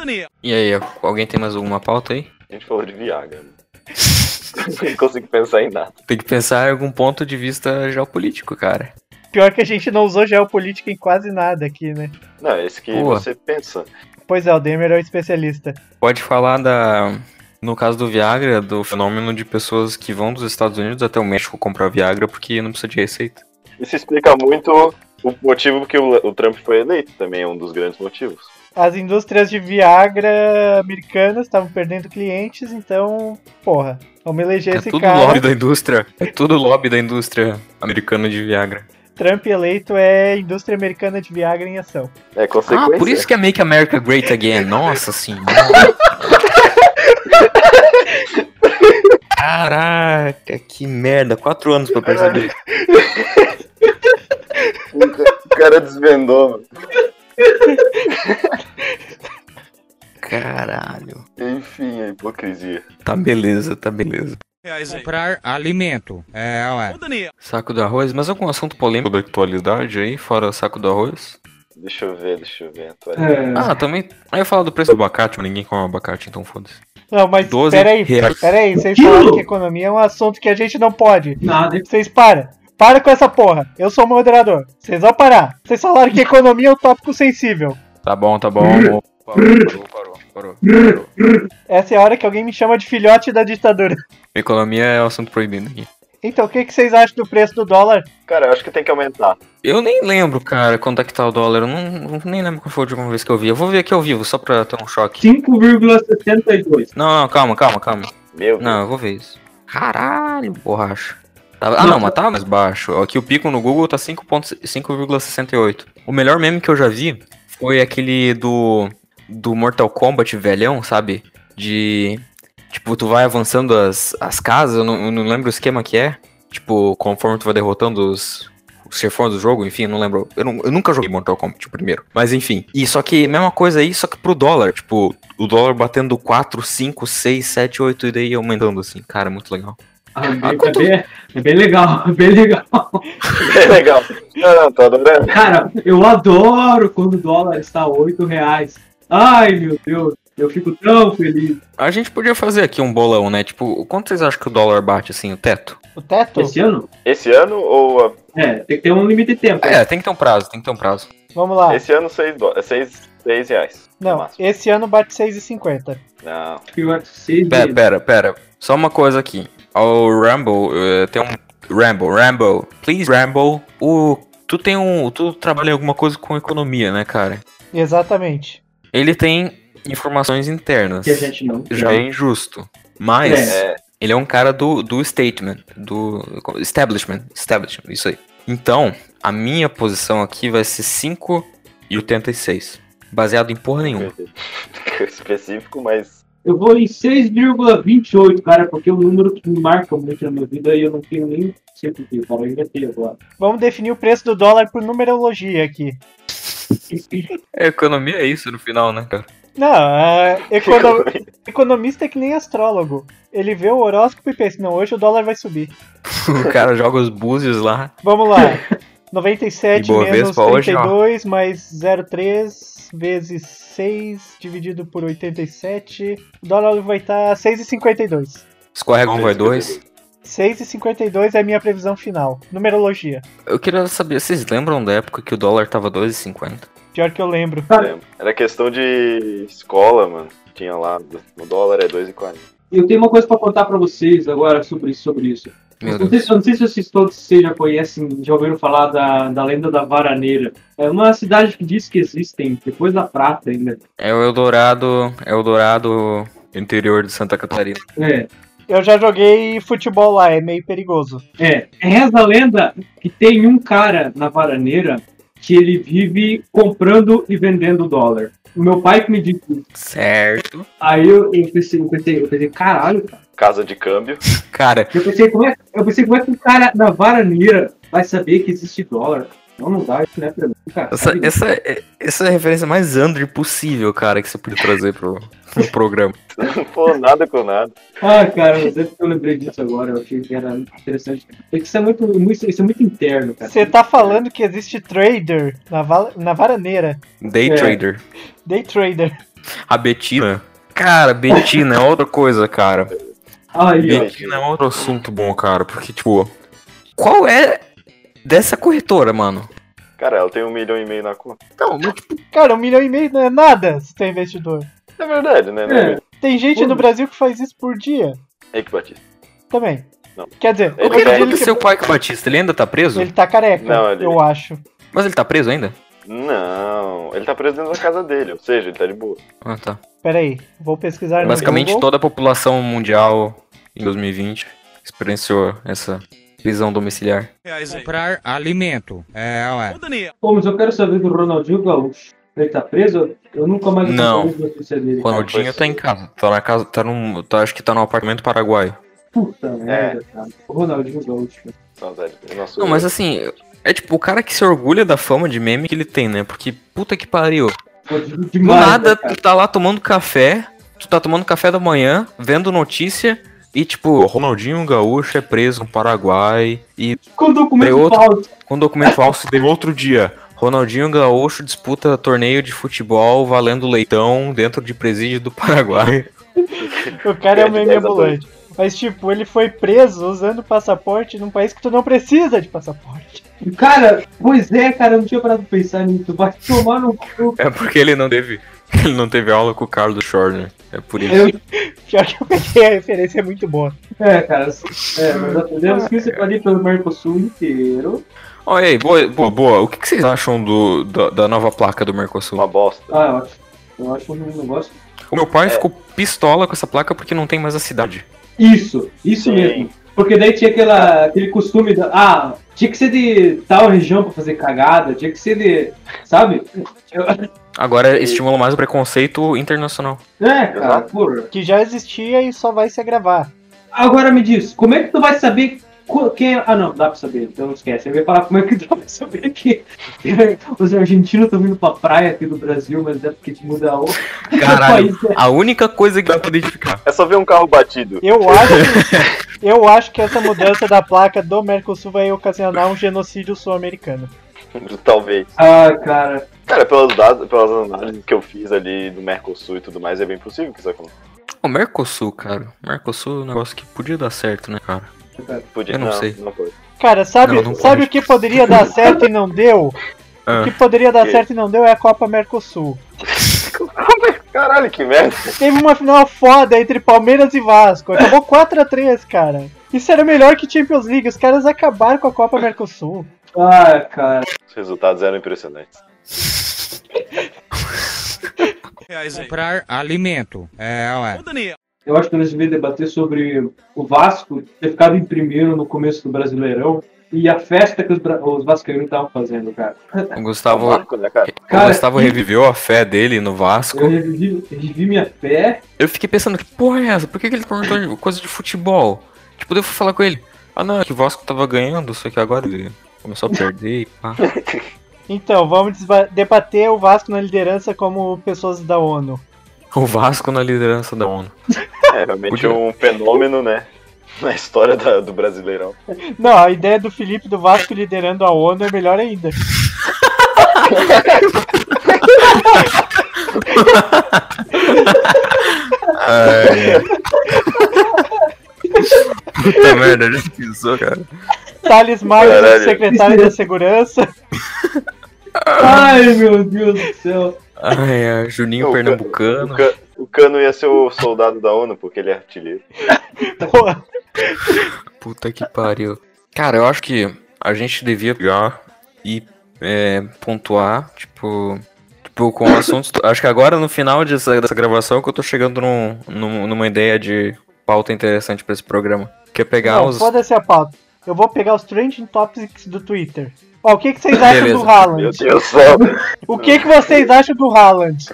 E aí, alguém tem mais alguma pauta aí?
A gente falou de Viagra. né? Não consigo pensar em nada.
Tem que pensar em algum ponto de vista geopolítico, cara.
Pior que a gente não usou geopolítica em quase nada aqui, né?
Não, esse que
Boa.
você pensa.
Pois é, o Demer é o especialista.
Pode falar da. No caso do Viagra, do fenômeno de pessoas que vão dos Estados Unidos até o México comprar Viagra porque não precisa de receita.
Isso explica muito o motivo que o, o Trump foi eleito também, é um dos grandes motivos.
As indústrias de Viagra americanas estavam perdendo clientes, então, porra, vamos eleger
É
esse
tudo
cara.
lobby da indústria. É tudo lobby da indústria americana de Viagra.
Trump eleito é indústria americana de Viagra em ação.
É
Ah,
consequência.
por isso que é Make America Great Again. Nossa senhora. Caraca, que merda. Quatro anos pra perceber.
O cara desvendou, mano.
Caralho.
Enfim, a hipocrisia.
Tá beleza, tá beleza.
Comprar alimento. É, ué.
Saco do arroz, mas algum assunto polêmico da atualidade aí, fora saco do arroz?
Deixa eu ver, deixa eu ver. atualizar.
É,
Ah, também. Aí eu falo do preço do abacate, mas ninguém come abacate, então foda-se.
Não, mas
12
peraí,
reais.
peraí, vocês falaram que economia é um assunto que a gente não pode.
nada.
Vocês para. Para com essa porra. Eu sou o moderador. Vocês vão parar. Vocês falaram que economia é um tópico sensível.
Tá bom, tá bom. Parou, parou, parou, parou, parou.
Essa é a hora que alguém me chama de filhote da ditadura.
Economia é um assunto proibido aqui.
Então, o que, que vocês acham do preço do dólar?
Cara, eu acho que tem que aumentar.
Eu nem lembro, cara, quanto é que tá o dólar. Eu não, não- nem lembro qual foi a última vez que eu vi. Eu vou ver aqui ao vivo, só pra ter um choque.
5,72.
Não, não, calma, calma, calma.
Meu Deus.
Não, eu vou ver isso. Caralho, borracha. Tava- Ah, não, mas tá mais baixo. Aqui o pico no Google tá 5,68. O melhor meme que eu já vi foi aquele do, do Mortal Kombat velhão, sabe? De. Tipo, tu vai avançando as, as casas, eu não, eu não lembro o esquema que é. Tipo, conforme tu vai derrotando os, os chefões do jogo, enfim, não lembro. Eu, não- eu nunca joguei Mortal Kombat o primeiro. Mas enfim. E só que, mesma coisa aí, só que pro dólar. Tipo, o dólar batendo 4, 5, 6, 7, 8 e daí aumentando assim. Cara, muito legal.
Ah, bem-
quanto-
é, bem, é bem legal, é bem legal.
É legal. Não, não, tô adorando.
Cara, eu adoro quando o dólar está 8 reais. Ai, meu Deus, eu fico tão feliz.
A gente podia fazer aqui um bolão, né? Tipo, quanto vocês acham que o dólar bate assim, o teto?
O teto?
Esse ano?
Esse ano ou a-
É, tem que ter um limite de tempo.
É, tem que ter um prazo, tem que ter um prazo.
Vamos lá.
Esse ano 6 seis, seis reais. no
não,
máximo.
esse ano bate 6,50.
Não.
Pior que seja.
Pera, pera, pera. Só uma coisa aqui. O Rambo, eh, tem um. Rambo, Rambo, please, Rambo. O. Tu tem um. Tu trabalha em alguma coisa com economia, né, cara?
Exatamente.
Ele tem informações internas.
Que a gente não.
Já é injusto. Mas
É,
ele é um cara do, do statement. Do. Establishment. Establishment, isso aí. Então, a minha posição aqui vai ser 5,86. Baseado em porra nenhuma.
específico, mas
Eu vou em 6,28, cara, porque é um número que me marca muito na minha vida e eu não tenho nem. Sei por quê, cara, eu inventei agora.
Vamos definir o preço do dólar por numerologia aqui.
É, economia é isso no final, né, cara?
Não, a econo- é economista é que nem astrólogo. Ele vê o horóscopo e pensa, não, hoje o dólar vai subir.
o cara joga os búzios lá.
Vamos lá. 97
Ibovespa
menos
hoje, ó.
32 mais 0,3 vezes 6 dividido por 87. O dólar vai estar 6,52.
Escorrega um vai dois.
6,52 é a minha previsão final. Numerologia.
Eu queria saber, vocês lembram da época que o dólar tava 2,50?
Pior que eu lembro.
Lembro. Era questão de escola, mano. Tinha lá, o dólar é 2,40.
Eu tenho uma coisa pra contar pra vocês agora sobre isso. Sobre isso. Não
Meu
sei,
Deus.
se- eu não sei se vocês todos vocês já conhecem, já ouviram falar da, da lenda da Varaneira. É uma cidade que diz que existem, depois da Prata ainda.
É o Eldorado, é o Eldorado interior de Santa Catarina.
É,
Eu já joguei futebol lá, é meio perigoso.
é. Reza a lenda que tem um cara na Varaneira que ele vive comprando e vendendo dólar. O meu pai que me disse. isso.
Certo.
Aí eu, eu pensei, eu pensei, eu pensei, caralho, cara.
Casa de câmbio.
Cara,
Eu pensei, como é, eu pensei, como é que o cara na Varaneira vai saber que existe dólar? Não, não dá, isso não é pra mim, cara.
essa,
Sabe?
essa, essa é a referência mais under possível, cara, que você podia trazer pro, pro programa.
Pô, nada com nada.
Ah, cara, mas é porque eu lembrei disso agora, eu achei que era interessante. É que isso é muito, muito- isso é muito interno, cara.
Você tá falando que existe trader na, val- na varaneira.
Day
É.
Trader.
Day trader.
A Betina. Cara, Betina é outra coisa, cara.
Aí, ó.
Betina é
um
outro assunto bom, cara, porque, tipo,
Qual é dessa corretora, mano?
Cara, ela tem um milhão e meio na conta.
não, mas, tipo,
Cara, um milhão e meio não é nada se tu é investidor.
É verdade, né? né?
Tem gente no
Foda-se.
Brasil que faz isso por dia
Ei, que Batista.
também.
Não.
Quer dizer,
Ele
eu
O
Ele
que
é
acredito
aconteceu
que
seu pai que Batista? Ele ainda tá preso?
ele tá careca,
Não, ele-
eu acho.
Mas ele tá preso ainda?
Não, ele tá preso dentro da casa dele, ou seja, ele tá de boa.
Ah, tá.
Pera aí, vou pesquisar no
Basicamente
Google.
toda a população mundial em 2020 experienciou essa prisão domiciliar.
Comprar alimento. É, ué.
Pô, mas eu quero saber do Ronaldinho Gaúcho. Ele tá preso? Eu nunca mais vou
Não.
saber da notícia dele.
O Ronaldinho
Pois-
assim.
tá em casa. Tá na casa. Tá num. Tá, acho que tá no apartamento paraguaio.
Puta
É.
merda, cara. O tipo, Ronaldinho Gaúcho. cara.
Saudade. do Nosso
Não, mas assim. É tipo o cara que se orgulha da fama de meme que ele tem, né? Porque puta que pariu.
Pô, digo
Do
demais,
nada,
né, cara?
tu tá lá tomando café. Tu tá tomando café da manhã, vendo notícia. E
o
tipo,
Ronaldinho Gaúcho é preso no Paraguai e
Com
Tem
documento
outro-
falso.
com documento falso
falso de outro dia.
Ronaldinho Gaúcho disputa torneio de futebol valendo leitão dentro de presídio do Paraguai.
O cara é um meme
Dez a dois.
ambulante. Mas tipo, ele foi preso usando passaporte num país que tu não precisa de passaporte.
Cara, pois é, cara, eu não tinha parado de pensar nisso. Vai tomar no cu.
É porque ele não teve, ele não teve aula com o Carlos Schorner. É por isso.
Eu-
Pior que eu peguei a referência, é muito boa.
É, cara. É, nós aprendemos que você pode ir pelo Mercosul inteiro.
Olha aí, boa, boa, boa. O que, que vocês acham do, da, da nova placa do Mercosul?
Uma bosta.
Ah, eu acho. Eu acho um negócio.
O meu pai ficou pistola com essa placa porque não tem mais a cidade.
Isso, isso
Sim.
mesmo. Porque daí tinha aquela, aquele costume da. Ah, tinha que ser de tal região pra fazer cagada, tinha que ser de. Sabe?
Agora estimula mais o preconceito internacional.
É, cara,
Exato.
porra.
Que já existia e só vai se agravar.
Agora me diz, como é que tu vai saber co- quem é. Ah, não, dá pra saber, então não esquece. Eu ia falar como é que tu vai saber que os argentinos estão vindo pra praia aqui do Brasil, mas é porque te muda o.
Caralho,
o país, né?
a única coisa que dá pra identificar.
É só ver um carro batido.
Eu acho, eu acho que essa mudança da placa do Mercosul vai ocasionar um genocídio sul-americano.
Talvez.
Ah, cara.
Cara, pelos dados, pelas análises que eu fiz ali do Mercosul e tudo mais, é bem possível que isso aconteça.
O Mercosul, cara. Mercosul é um negócio que podia dar certo, né, cara?
Podia.
Eu não sei.
Não pode.
Cara, sabe,
Não, não
sabe
pode.
o que poderia dar certo e não deu?
Ah.
O que poderia dar
Que?
certo e não deu é a Copa Mercosul.
Caralho, que merda.
Teve uma final foda entre Palmeiras e Vasco. Acabou 4x3, cara. Isso era melhor que Champions League. Os caras acabaram com a Copa Mercosul.
Ah, cara.
Os resultados eram impressionantes.
Comprar alimento. É, ué.
Eu acho que nós devíamos debater sobre o Vasco ter ficado em primeiro no começo do Brasileirão e a festa que os, bra- os vascaínos estavam fazendo, cara.
O
Tá
Gustavo,
marco, né, cara?
Cara,
o Gustavo
que-
reviveu a fé dele no Vasco.
Eu revivi, revivi minha fé.
Eu fiquei pensando, que porra é essa? Por que, que ele perguntou de- coisa de futebol? Tipo, daí eu fui falar com ele. Ah não, é que o Vasco tava ganhando, só que agora ele começou a perder e pá.
Então, vamos desba- debater o Vasco na liderança como pessoas da ONU.
O Vasco na liderança da ONU.
É realmente
Podia.
um fenômeno, né? na história da- do Brasileirão.
Não, a ideia do Felipe do Vasco liderando a ONU é melhor ainda.
Ai, é. Puta merda, a gente pisou, cara.
Thales Maia,
Caralho.
secretário da Segurança.
Ai, meu Deus do céu.
Ai, é, Juninho
Ô, O,
Pernambucano.
Ca- o Cano ia ser o soldado da ONU, porque ele é artilheiro.
Porra,
Puta que pariu. Cara, eu acho que a gente devia pegar e é, pontuar, tipo. Tipo, com assuntos. Acho que agora no final dessa, dessa gravação que eu tô chegando num- num- numa ideia de pauta interessante pra esse programa. Que é pegar
não,
os.
foda-se a pauta. Eu vou pegar os trending topics do Twitter. Ó, o que, que vocês acham
Beleza.
do
Meu Deus
Haaland?
do céu.
O que, que vocês acham do Haaland?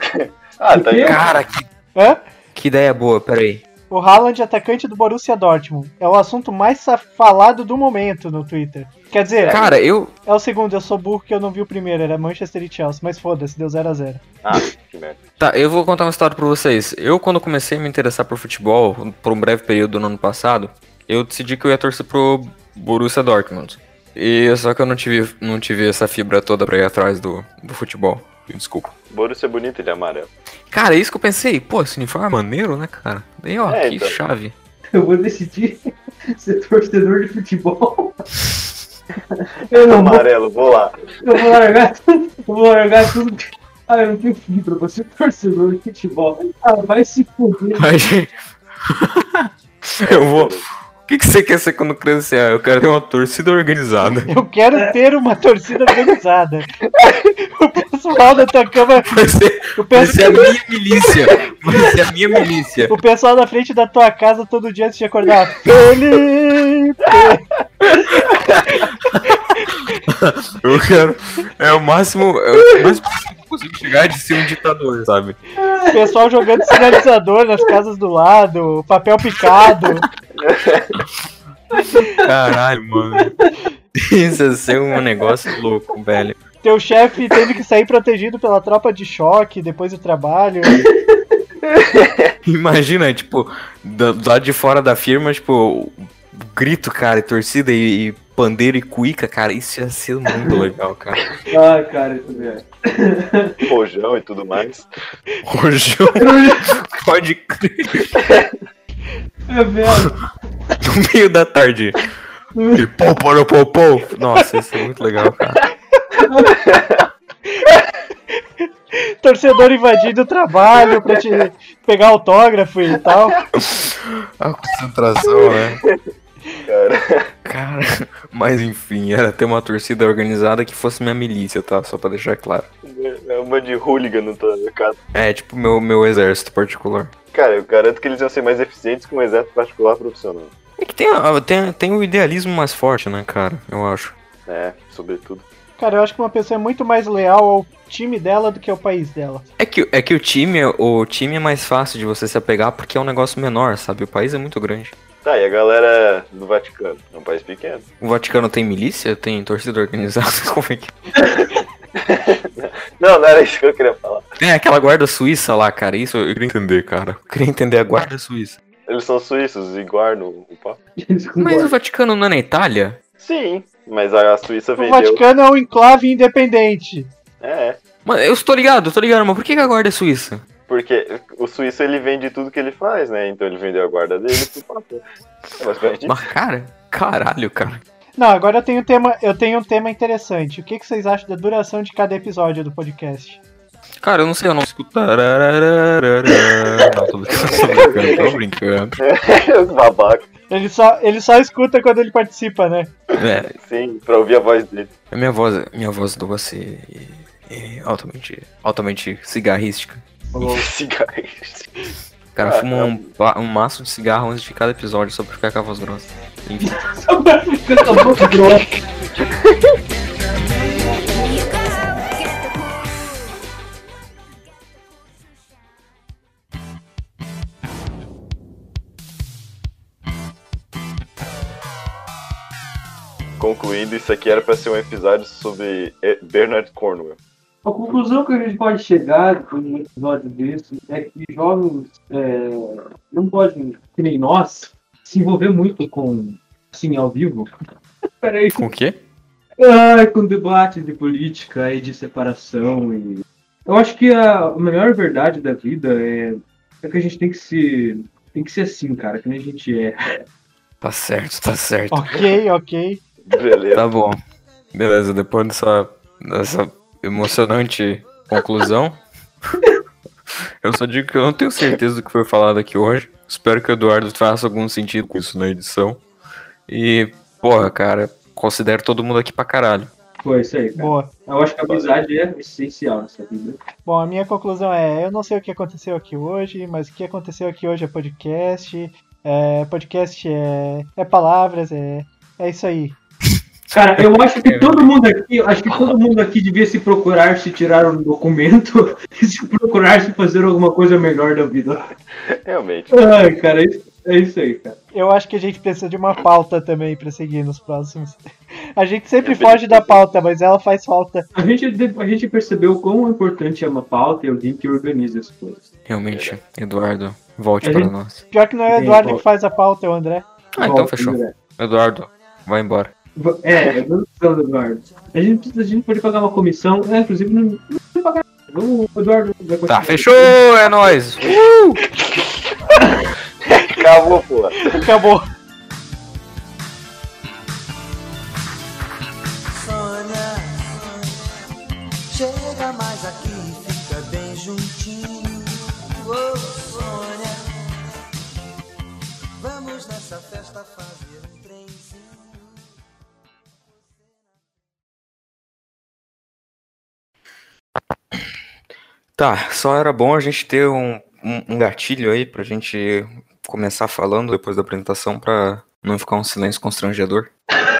Ah, tá aí.
Cara, que,
Hã?
que ideia boa, peraí.
O Haaland, atacante do Borussia Dortmund. É o assunto mais sa- falado do momento no Twitter. Quer dizer,
Cara, eu.
é o segundo, eu sou burro que eu não vi o primeiro, era Manchester e Chelsea, mas foda-se, deu 0x0.
Ah, que merda.
Tá, eu vou contar uma história pra vocês. Eu, quando comecei a me interessar por futebol, por um breve período no ano passado, eu decidi que eu ia torcer pro Borussia Dortmund. E só que eu não tive, não tive essa fibra toda pra ir atrás do, do futebol. Desculpa.
Borussia é bonito, ele é amarelo.
Cara, é isso que eu pensei. Pô, esse uniforme é maneiro, né, cara? Daí, ó,
É,
que
então.
chave.
Eu vou decidir ser torcedor de futebol. Eu não vou,
Amarelo, vou lá.
eu vou largar tudo. Eu vou largar tudo. Ah, eu não tenho fibra pra ser torcedor de futebol. Ah, vai se fuder.
Ai, gente. eu vou. O que, que você quer ser quando crescer? Ah, eu quero ter uma torcida organizada.
Eu
É.
quero ter uma torcida organizada. o pessoal da Atacama.
Vai ser,
O,
vai
pes-
ser a minha milícia. Vai ser a minha milícia.
o pessoal da frente da tua casa todo dia antes de acordar. Felipe!
Eu quero. É o máximo. É o mais próximo que eu consigo chegar de ser um ditador, sabe?
O pessoal jogando sinalizador nas casas do lado, papel picado.
Caralho, mano. Isso é ser um negócio louco, velho.
Teu chefe tendo que sair protegido pela tropa de choque depois do trabalho.
Imagina, tipo, da- do lado de fora da firma, tipo, grito, cara, e torcida e, e pandeiro e cuica, cara. Isso ia ser muito legal, cara.
Ah, cara, isso é.
Rojão e tudo mais.
Rojão. Pode crer.
É velho.
No meio da tarde. E pô, pô, pô, pô. Nossa, isso é muito legal, cara.
Torcedor invadindo o trabalho pra te pegar autógrafo e tal.
A concentração, né?
Cara,
Cara, mas enfim, era ter uma torcida organizada que fosse minha milícia, tá? Só pra deixar claro.
é uma de hooligan no tua casa.
É, tipo meu, meu exército particular.
Cara, eu garanto que eles iam ser mais eficientes que um exército particular profissional.
É que tem, a- tem, tem o idealismo mais forte, né, cara? Eu acho.
É, sobretudo.
Cara, eu acho que uma pessoa é muito mais leal ao time dela do que ao país dela.
É que, é que o time o time é mais fácil de você se apegar porque é um negócio menor, sabe? O país é muito grande.
Tá, e a galera do Vaticano? É um país pequeno.
O Vaticano tem milícia? Tem torcida organizada? Como é que.
Não, não era isso que eu queria falar.
Tem aquela guarda suíça lá, cara. Isso eu queria entender, cara. Eu queria entender a guarda suíça.
Eles são suíços e guardam o papo.
Mas o Vaticano não é na Itália?
Sim, mas a Suíça
O
vendeu.
Vaticano é um enclave independente.
É, é.
Mano, eu tô ligado, eu tô ligado, mas por que que a guarda é suíça?
Porque o suíço ele vende tudo que ele faz, né? Então ele vendeu a guarda dele pro papo. É basicamente isso.
Mas, cara, caralho, cara.
Não, agora eu tenho um tema, eu tenho um tema interessante. O que, que vocês acham da duração de cada episódio do podcast?
Cara, eu não sei, eu não escuto. Tarararararara. Não, tô brincando, tô brincando.
Os babaca.
Ele só, ele só escuta quando ele participa, né?
É,
Sim, pra ouvir a voz dele.
a minha voz, minha voz doce é, é altamente, altamente cigarrística.
Cigarros.
O cara fuma um, ba- um maço de cigarro antes de cada episódio só pra ficar com a voz grossa. Enfim.
Concluindo, isso aqui era pra ser um episódio sobre eh, Bernard Cornwell.
A conclusão que a gente pode chegar com um episódio desse é que jovens é, não podem, que nem nós, se envolver muito com, assim, ao vivo. Peraí.
Com o quê?
Ai, Ah, com debate de política e de separação. E... Eu acho que a melhor verdade da vida é, é que a gente tem que se. Tem que ser assim, cara, que nem a gente é.
Tá certo, tá certo.
Ok, ok.
Beleza.
Tá bom. Beleza, depois dessa, dessa emocionante conclusão, eu só digo que eu não tenho certeza do que foi falado aqui hoje. Espero que o Eduardo faça algum sentido com isso na edição. E, porra, cara, considero todo mundo aqui pra caralho.
Foi isso aí, cara.
Boa.
Eu acho que a amizade é essencial nessa vida.
Bom, a minha conclusão é: eu não sei o que aconteceu aqui hoje, mas o que aconteceu aqui hoje é podcast. É, podcast é, é palavras, é, é isso aí.
Cara, eu acho
É
que todo mundo aqui, eu acho que todo mundo aqui devia se procurar se tirar um documento e se procurar se fazer alguma coisa melhor da vida.
Tá.
Realmente.
Ai, cara, é isso- é isso aí, cara.
Eu acho que a gente precisa de uma pauta também pra seguir nos próximos. A gente sempre foge da pauta, mas ela faz falta.
A gente, de- a gente percebeu o quão importante é uma pauta e alguém que organiza as coisas.
Realmente, Eduardo, volte
A
pra
gente-
nós.
Pior que não é o Eduardo que faz a pauta, é o André.
Ah,
Bom,
então fechou.
André.
Eduardo, vai embora.
É, é produção, Eduardo. A gente, precisa- a gente pode pagar uma comissão, é, inclusive não, não precisa pagar. Vamos, Eduardo. vai
Tá,
continuar.
fechou, é nóis.
Acabou, porra.
Acabou.
Sônia, chega mais aqui, fica bem juntinho. Ô Sônia, vamos nessa festa fazer um trenzinho.
Tá, só era bom a gente ter um, um, um gatilho aí pra gente começar falando depois da apresentação pra não ficar um silêncio constrangedor.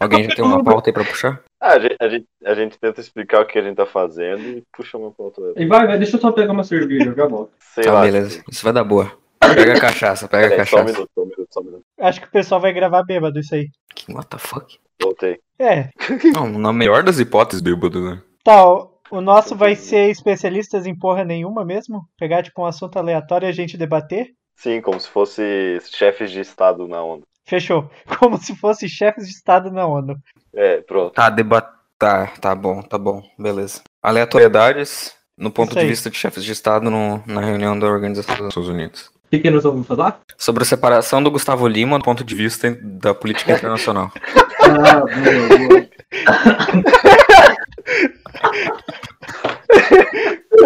Alguém já tem uma pauta aí pra puxar?
Ah, a, gente, a, gente, a gente tenta explicar o que a gente tá fazendo e puxa uma ponta.
E vai, vai, deixa eu só pegar uma cerveja, eu já volto.
Sei
Tá,
lá. assim.
beleza. Isso vai dar boa. Pega a cachaça, pega a
Peraí, só um
cachaça.
minuto, só um minuto, só um minuto.
Acho que o pessoal vai gravar bêbado isso aí.
Que what the fuck?
Voltei.
É,
Não, na melhor das hipóteses, bêbado, né?
tal. o nosso vai ser especialistas em porra nenhuma mesmo? Pegar tipo um assunto aleatório e a gente debater?
Sim, como se fosse chefes de estado na onda.
Fechou. Como se fosse chefes de Estado na ONU.
É, pronto.
Tá, debatar. Tá, tá bom, tá bom, beleza. Aleatoriedades no ponto
Isso
de
aí.
vista de chefes de Estado no- na reunião da Organização das Nações Unidas.
O que, que nós vamos falar?
Sobre a separação do Gustavo Lima do ponto de vista da política internacional.
Ah, boa,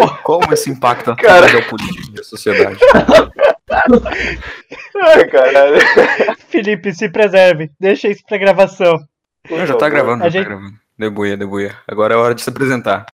boa.
Como esse impacta a
Cara.
geopolítica da sociedade?
Ai, caralho.
Felipe, se preserve. Deixa isso pra gravação.
Não, já tá gravando,
A
já
gente-
tá gravando. Debuia, debuia. Agora é hora de se apresentar.